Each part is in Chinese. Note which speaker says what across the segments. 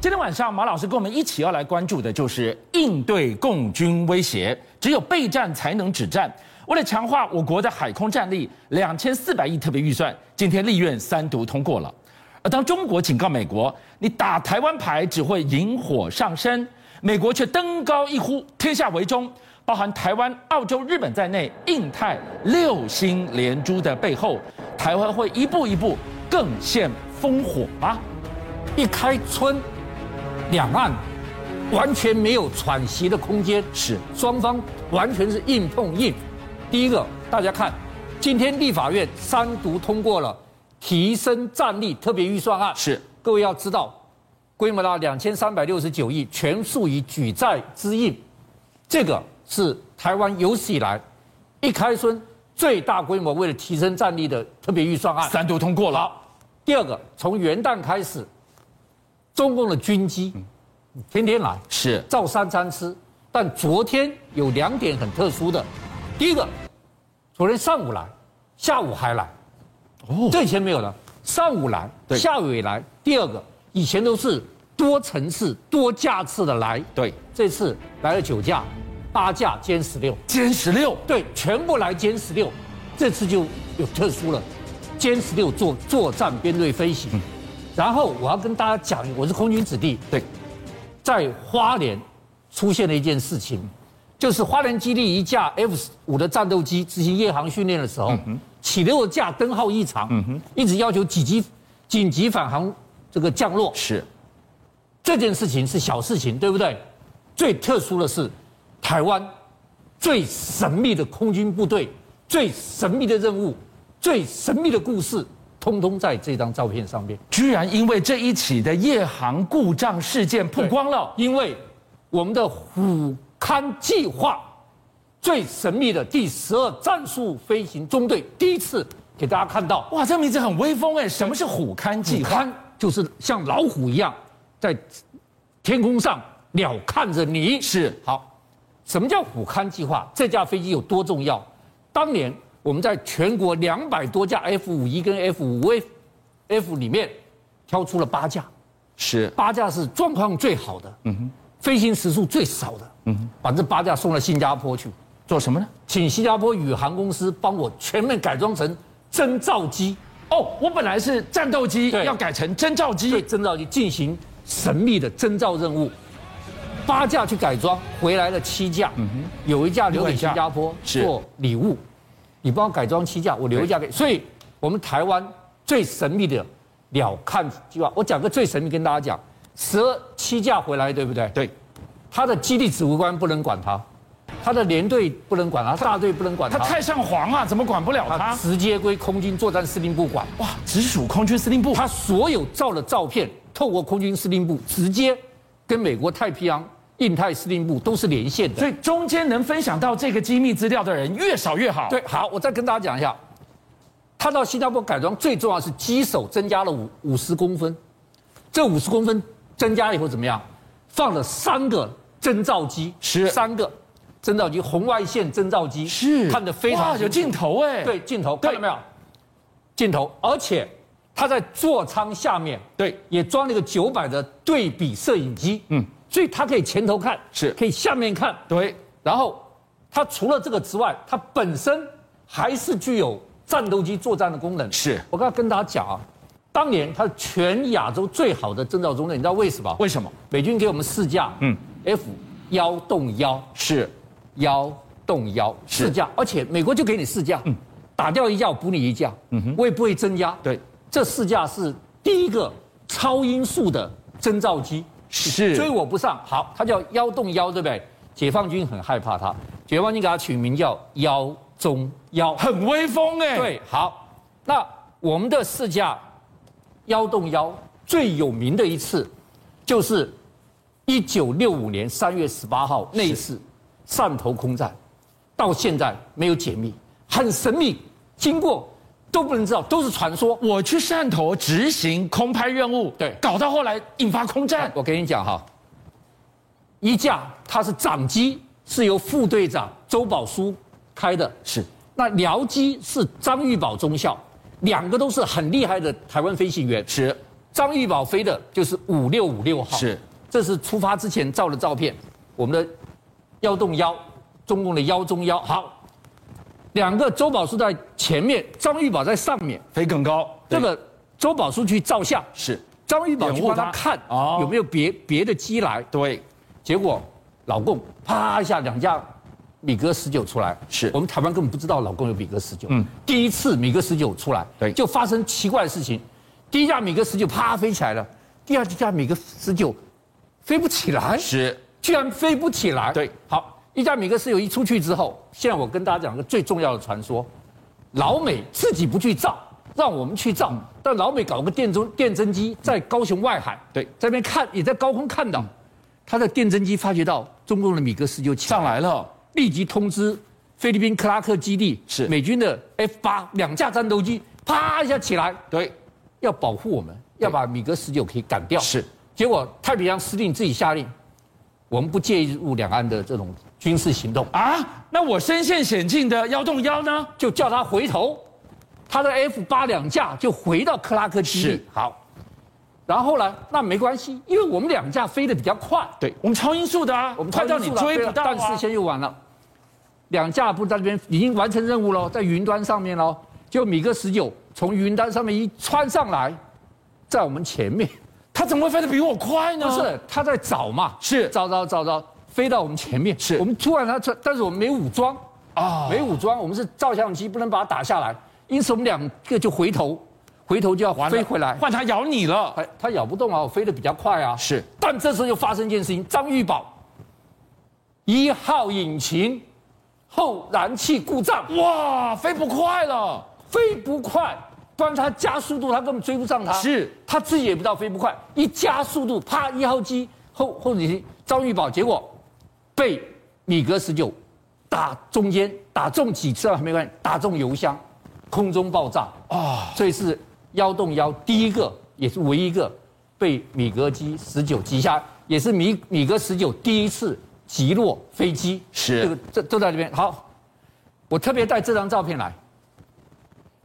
Speaker 1: 今天晚上，马老师跟我们一起要来关注的就是应对共军威胁，只有备战才能止战。为了强化我国的海空战力，两千四百亿特别预算今天立院三读通过了。而当中国警告美国，你打台湾牌只会引火上身，美国却登高一呼，天下为中。包含台湾、澳洲、日本在内，印太六星连珠的背后，台湾会一步一步更现烽火吗？
Speaker 2: 一开春，两岸完全没有喘息的空间，
Speaker 1: 是
Speaker 2: 双方完全是硬碰硬。第一个，大家看，今天立法院三读通过了提升战力特别预算案，
Speaker 1: 是
Speaker 2: 各位要知道，规模到两千三百六十九亿，全数以举债之应，这个是台湾有史以来一开春最大规模为了提升战力的特别预算案。
Speaker 1: 三读通过了，
Speaker 2: 第二个，从元旦开始，中共的军机天天来，
Speaker 1: 嗯是
Speaker 2: 照三餐吃。但昨天有两点很特殊的，第一个，昨天上午来，下午还来，
Speaker 1: 哦，
Speaker 2: 这以前没有了。上午来，
Speaker 1: 对
Speaker 2: 下午也来。第二个，以前都是多层次、多架次的来，
Speaker 1: 对，
Speaker 2: 这次来了九架、八架歼十六。
Speaker 1: 歼十六
Speaker 2: 对，全部来歼十六，这次就有特殊了。歼十六做作战编队飞行，然后我要跟大家讲，我是空军子弟，
Speaker 1: 对，
Speaker 2: 在花莲出现了一件事情，就是花莲基地一架 F 五的战斗机执行夜航训练的时候，起落架灯号异常，一直要求紧急紧急返航这个降落，
Speaker 1: 是
Speaker 2: 这件事情是小事情，对不对？最特殊的是，台湾最神秘的空军部队、最神秘的任务、最神秘的故事，通通在这张照片上面。
Speaker 1: 居然因为这一起的夜航故障事件曝光了，
Speaker 2: 因为我们的虎勘计划最神秘的第十二战术飞行中队，第一次给大家看到
Speaker 1: 哇，这名字很威风哎！什么是虎勘计
Speaker 2: 你
Speaker 1: 划？
Speaker 2: 看，就是像老虎一样，在天空上鸟看着你。
Speaker 1: 是
Speaker 2: 好，什么叫虎勘计划？这架飞机有多重要？当年我们在全国两百多架 F 五一跟 F 五 F F 里面，挑出了八架，
Speaker 1: 是
Speaker 2: 八架是状况最好的，嗯哼，飞行时速最少的，嗯哼，把这八架送到新加坡去，
Speaker 1: 做什么呢？
Speaker 2: 请新加坡宇航公司帮我全面改装成征兆机。
Speaker 1: 哦，我本来是战斗机，
Speaker 2: 对
Speaker 1: 要改成侦照
Speaker 2: 对
Speaker 1: 机，
Speaker 2: 征兆去进行神秘的征兆任务，八架去改装，回来了七架，有一架留给新加坡
Speaker 1: 是
Speaker 2: 做礼物，你帮我改装七架，我留一架给，所以我们台湾最神秘的鸟瞰计划，我讲个最神秘跟大家讲，十七架回来对不对？
Speaker 1: 对，
Speaker 2: 他的基地指挥官不能管他，他的连队不能管他，大队不能管
Speaker 1: 他
Speaker 2: 他，
Speaker 1: 太上皇啊，怎么管不了
Speaker 2: 他
Speaker 1: 他？
Speaker 2: 直接归空军作战司令部管。
Speaker 1: 哇，直属空军司令部，
Speaker 2: 他所有照的照片，透过空军司令部直接跟美国太平洋印太司令部都是连线的。
Speaker 1: 所以中间能分享到这个机密资料的人越少越好。，
Speaker 2: 对，好，我再跟大家讲一下，他到新加坡改装最重要的是机手增加了五五十公分，这五十公分增加以后怎么样？放了三个征兆机，
Speaker 1: 是
Speaker 2: 三个征兆机，红外线征兆机
Speaker 1: 是
Speaker 2: 看得非常
Speaker 1: 哇有
Speaker 2: 清楚
Speaker 1: 镜头哎。
Speaker 2: 对镜头
Speaker 1: 对
Speaker 2: 看到没有？镜头，而且他在座舱下面
Speaker 1: 对，
Speaker 2: 也装了一个九百的对比摄影机，
Speaker 1: 嗯
Speaker 2: 嗯，所以它可以前头看，
Speaker 1: 是
Speaker 2: 可以下面看，
Speaker 1: 对，
Speaker 2: 然后它除了这个之外，它本身还是具有战斗机作战的功能。
Speaker 1: 是
Speaker 2: 我刚才跟大家讲啊，当年它是全亚洲最好的征兆中队，你知道为什么？
Speaker 1: 为什么？
Speaker 2: 美军给我们四架，
Speaker 1: 嗯
Speaker 2: 嗯，F 幺动幺
Speaker 1: 是
Speaker 2: 幺动幺
Speaker 1: 是
Speaker 2: 四架，而且美国就给你四架，嗯，打掉一架我补你一架，嗯哼，我也不会增加，
Speaker 1: 对，
Speaker 2: 这四架是第一个超音速的征兆机，
Speaker 1: 是，
Speaker 2: 追我不上，好，它叫幺洞幺，对不对？解放军很害怕它，解放军给它取名叫幺中幺
Speaker 1: 很威风哎。，
Speaker 2: 对，好，那我们的四架幺洞幺最有名的一次，就是一九六五年三月十八号那一次汕头空战，到现在没有解密，很神秘，经过都不能知道，都是传说。
Speaker 1: 我去汕头执行空拍任务，
Speaker 2: 对
Speaker 1: 搞到后来引发空战，
Speaker 2: 啊我跟你讲哈，一架它是长机，是由副队长周宝书开的，
Speaker 1: 是
Speaker 2: 那僚机是张玉宝中校，两个都是很厉害的台湾飞行员。
Speaker 1: 是
Speaker 2: 张玉宝飞的就是五六五六号，
Speaker 1: 是，
Speaker 2: 这是出发之前照的照片，我们的幺洞幺，中共的幺中幺，好，两个周宝树在前面，张玉宝在上面，
Speaker 1: 飞更高，对
Speaker 2: 这个周宝树去照相，
Speaker 1: 是
Speaker 2: 张玉宝去帮他看
Speaker 1: 掩护他哦
Speaker 2: 有没有别别的机来，
Speaker 1: 对，
Speaker 2: 结果老共啪一下两架米格十九出来，
Speaker 1: 是
Speaker 2: 我们台湾根本不知道老共有米格十九，
Speaker 1: 嗯
Speaker 2: 第一次米格十九出来，
Speaker 1: 对
Speaker 2: 就发生奇怪的事情，第一架米格十九啪飞起来了，第二架米格十九飞不起来，
Speaker 1: 是
Speaker 2: 居然飞不起来，
Speaker 1: 对，
Speaker 2: 好，一架米格十九一出去之后，现在我跟大家讲个最重要的传说，老美自己不去造。让我们去造，但老美搞个电中电侦机在高雄外海，
Speaker 1: 对
Speaker 2: 在那边看，也在高空看到，他的电侦机发觉到中共的米格十九起来，
Speaker 1: 上来了，
Speaker 2: 立即通知菲律宾克拉克基地，
Speaker 1: 是
Speaker 2: 美军的 F 八两架战斗机，啪一下起来，
Speaker 1: 对，
Speaker 2: 要保护我们，要把米格十九给赶掉。
Speaker 1: 是，
Speaker 2: 结果太平洋司令自己下令，我们不介入两岸的这种军事行动，
Speaker 1: 啊，那我身陷险境的幺洞幺呢？
Speaker 2: 就叫他回头，他的 F 八两架就回到克拉克基地
Speaker 1: 是。
Speaker 2: 好，然后呢，那没关系，因为我们两架飞得比较快。
Speaker 1: 对，我们超音速的啊，
Speaker 2: 我们
Speaker 1: 快到你追不到、啊、
Speaker 2: 但是现在又晚了，两架不在这边已经完成任务了，在云端上面了。就米格十九从云端上面一穿上来，在我们前面，
Speaker 1: 他怎么会飞得比我快呢？
Speaker 2: 不是他在找嘛？
Speaker 1: 哦是
Speaker 2: 找找找找，飞到我们前面。
Speaker 1: 是
Speaker 2: 我们突然他穿，但是我们没武装，
Speaker 1: 啊，
Speaker 2: 没武装，我们是照相机，不能把它打下来，因此我们两个就回头，回头就要
Speaker 1: 完了
Speaker 2: 飞回来。
Speaker 1: 换他咬你了。
Speaker 2: 它它咬不动啊，我飞得比较快啊。
Speaker 1: 是，
Speaker 2: 但这时候又发生一件事情，张玉宝一号引擎后燃气故障，
Speaker 1: 哇，飞不快了，
Speaker 2: 飞不快，不然它加速度它根本追不上它。
Speaker 1: 是，
Speaker 2: 它自己也不知道飞不快，一加速度，啪，一号机后后引擎张玉宝，结果被米格十九打中间打中几次啊？没关系，打中油箱，空中爆炸。
Speaker 1: 啊，
Speaker 2: 所以是幺洞幺第一个，也是唯一一个被米格机十九击下，也是米米格十九第一次击落飞机。
Speaker 1: 是
Speaker 2: 这个这都在里面。好，我特别带这张照片来。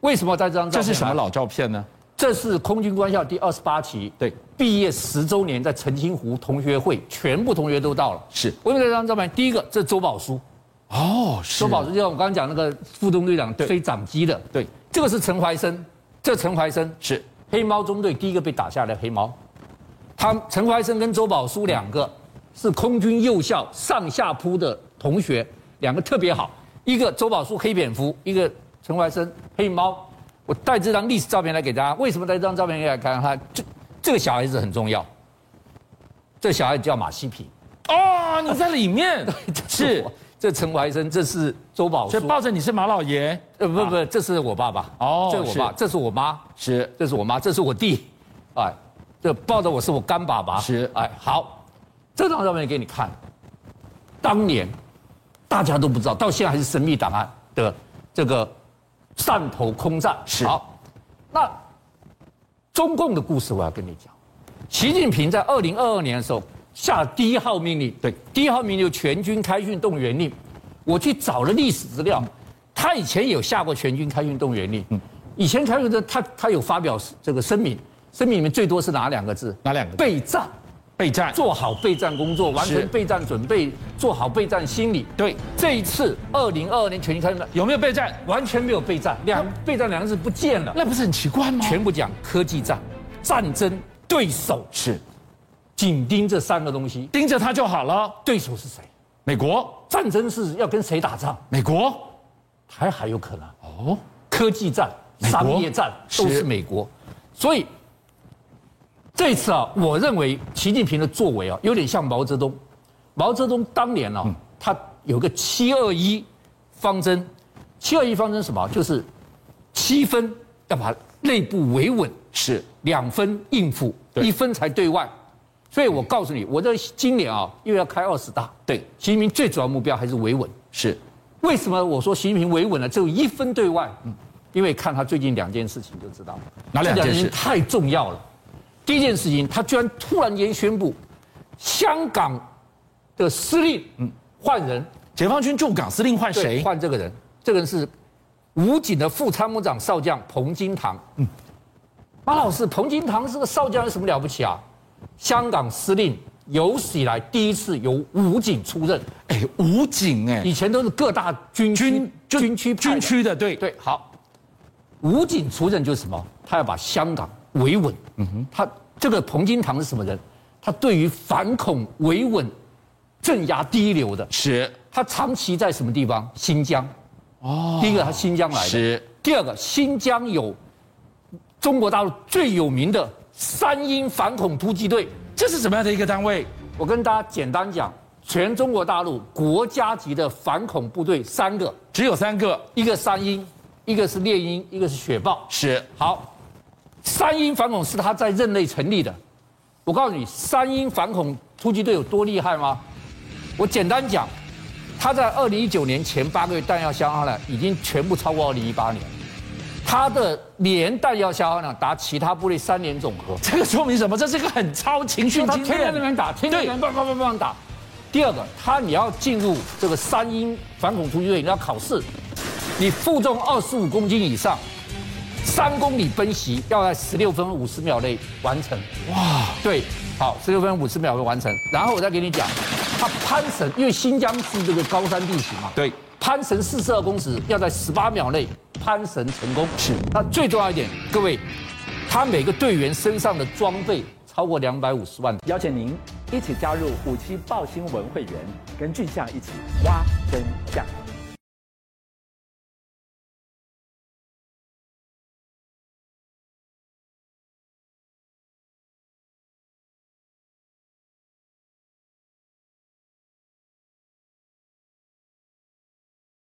Speaker 2: 为什么带这张照片
Speaker 1: 这
Speaker 2: 来？
Speaker 1: 是什么老照片呢？
Speaker 2: 这是空军官校第二十八期
Speaker 1: 对，
Speaker 2: 毕业十周年，在澄清湖同学会，全部同学都到了。
Speaker 1: 是，
Speaker 2: 为什么带这张照片？第一个，这是周宝书，
Speaker 1: 哦，是
Speaker 2: 周宝书就像我刚刚讲那个副中队长飞掌机的，
Speaker 1: 对，
Speaker 2: 这个是陈怀生，这陈怀生
Speaker 1: 是
Speaker 2: 黑猫中队第一个被打下来的黑猫，他陈怀生跟周宝书两个是空军幼校上下铺的同学，两个特别好，一个周宝书黑蝙蝠，一个陈怀生黑猫。我带这张历史照片来给大家，为什么带这张照片给大家看？他这这个小孩子很重要，这小孩子叫马西平，
Speaker 1: 哦，你在里 面是
Speaker 2: 我， 这陈怀生，这是周宝
Speaker 1: 所
Speaker 2: 书
Speaker 1: 以，抱着你是马老爷
Speaker 2: 呃不不，这是我爸爸，
Speaker 1: 哦
Speaker 2: 这是我爸，
Speaker 1: 是
Speaker 2: 这是我妈，
Speaker 1: 是
Speaker 2: 这是我妈，这是我弟，哎，这抱着我是我干爸爸，
Speaker 1: 是
Speaker 2: 哎，好，这张照片给你看，当年大家都不知道，到现在还是神秘档案的这个汕头空战。
Speaker 1: 是
Speaker 2: 好，那中共的故事我要跟你讲，习近平在二零二二年的时候下第一号命令，
Speaker 1: 对，
Speaker 2: 第一号命令就全军开训动员令，我去找了历史资料，他以前有下过全军开训动员令，以前开训的他他有发表这个声明，声明里面最多是哪两个字？
Speaker 1: 哪两个字
Speaker 2: 备战。
Speaker 1: 备战，
Speaker 2: 做好备战工作，完
Speaker 1: 是
Speaker 2: 成备战准备，做好备战心理。
Speaker 1: 对，
Speaker 2: 这一次二零二二年全运开幕，
Speaker 1: 有没有备战？
Speaker 2: 完全没有备战，两备战两个字不见了，
Speaker 1: 那不是很奇怪吗？
Speaker 2: 全部讲科技战、战争、对手、
Speaker 1: 是
Speaker 2: 紧盯这三个东西。
Speaker 1: 盯着他就好了。
Speaker 2: 对手是谁？
Speaker 1: 美国，
Speaker 2: 战争是要跟谁打仗？
Speaker 1: 美国，
Speaker 2: 台海有可能。
Speaker 1: 哦，
Speaker 2: 科技战、
Speaker 1: 美国
Speaker 2: 商业战
Speaker 1: 是
Speaker 2: 都是美国，所以这次啊，我认为习近平的作为啊，有点像毛泽东。毛泽东当年
Speaker 1: 嗯
Speaker 2: 呢、啊，他有个七二一方针，七二一方针是什么？啊就是七分要把内部维稳，
Speaker 1: 是
Speaker 2: 两分应付，
Speaker 1: 对嗯
Speaker 2: 一分才对外。所以我告诉你，我这今年啊又要开二十大，
Speaker 1: 对，
Speaker 2: 习近平最主要目标还是维稳。
Speaker 1: 是
Speaker 2: 为什么我说习近平维稳了，只有一分对外？
Speaker 1: 嗯
Speaker 2: 因为看他最近两件事情就知道了。
Speaker 1: 哪两件事
Speaker 2: 这情太重要了。第一件事情，他居然突然间宣布，香港的司令换人，
Speaker 1: 解放军驻港司令换
Speaker 2: 对
Speaker 1: 嗯谁？
Speaker 2: 换这个人，
Speaker 1: 嗯
Speaker 2: 这个人是武警的副参谋长少将彭金堂。马老师，彭金堂是个少将，有什么了不起啊？香港司令有史以来第一次由武警出任，
Speaker 1: 哎，武警哎，
Speaker 2: 以前都是各大军区
Speaker 1: 军就
Speaker 2: 军区派的
Speaker 1: 军区的，对，
Speaker 2: 对，好，武警出任就是什么？他要把香港维稳。嗯哼，他这个彭金堂是什么人？他对于反恐维稳、镇压第一流的。
Speaker 1: 是
Speaker 2: 他长期在什么地方？新疆。哦，第一个他新疆来的，
Speaker 1: 是
Speaker 2: 第二个新疆有中国大陆最有名的三鹰反恐突击队。
Speaker 1: 这是什么样的一个单位？
Speaker 2: 我跟大家简单讲，全中国大陆国家级的反恐部队三个，
Speaker 1: 只有三个，
Speaker 2: 一个三鹰，一个是猎鹰，一个是雪豹。
Speaker 1: 是
Speaker 2: 好，三鹰反恐是他在任内成立的。我告诉你，三鹰反恐突击队有多厉害吗？我简单讲，他在二零一九年前八个月弹药消耗量已经全部超过二零一八年，他的年弹药消耗量达其他部队三年总和。
Speaker 1: 这个说明什么？这是一个很超情绪
Speaker 2: 他
Speaker 1: 经
Speaker 2: 天天在那
Speaker 1: 验，
Speaker 2: 边打，天天在那边砰砰砰砰打。第二个，他你要进入这个三英反恐突击队，你要考试，你负重二十五公斤以上，三公里奔袭要在十六分五十秒内完成。哇，对，好，十六分五十秒内完成。然后我再给你讲，他攀绳，因为新疆是这个高山地形嘛，
Speaker 1: 对，
Speaker 2: 攀绳四十二公尺要在十八秒内攀绳成功。
Speaker 1: 是
Speaker 2: 那最重要一点，各位，他每个队员身上的装备超过两百五十万
Speaker 3: 邀请您一起加入虎七报新闻会员，跟俊相一起挖真相。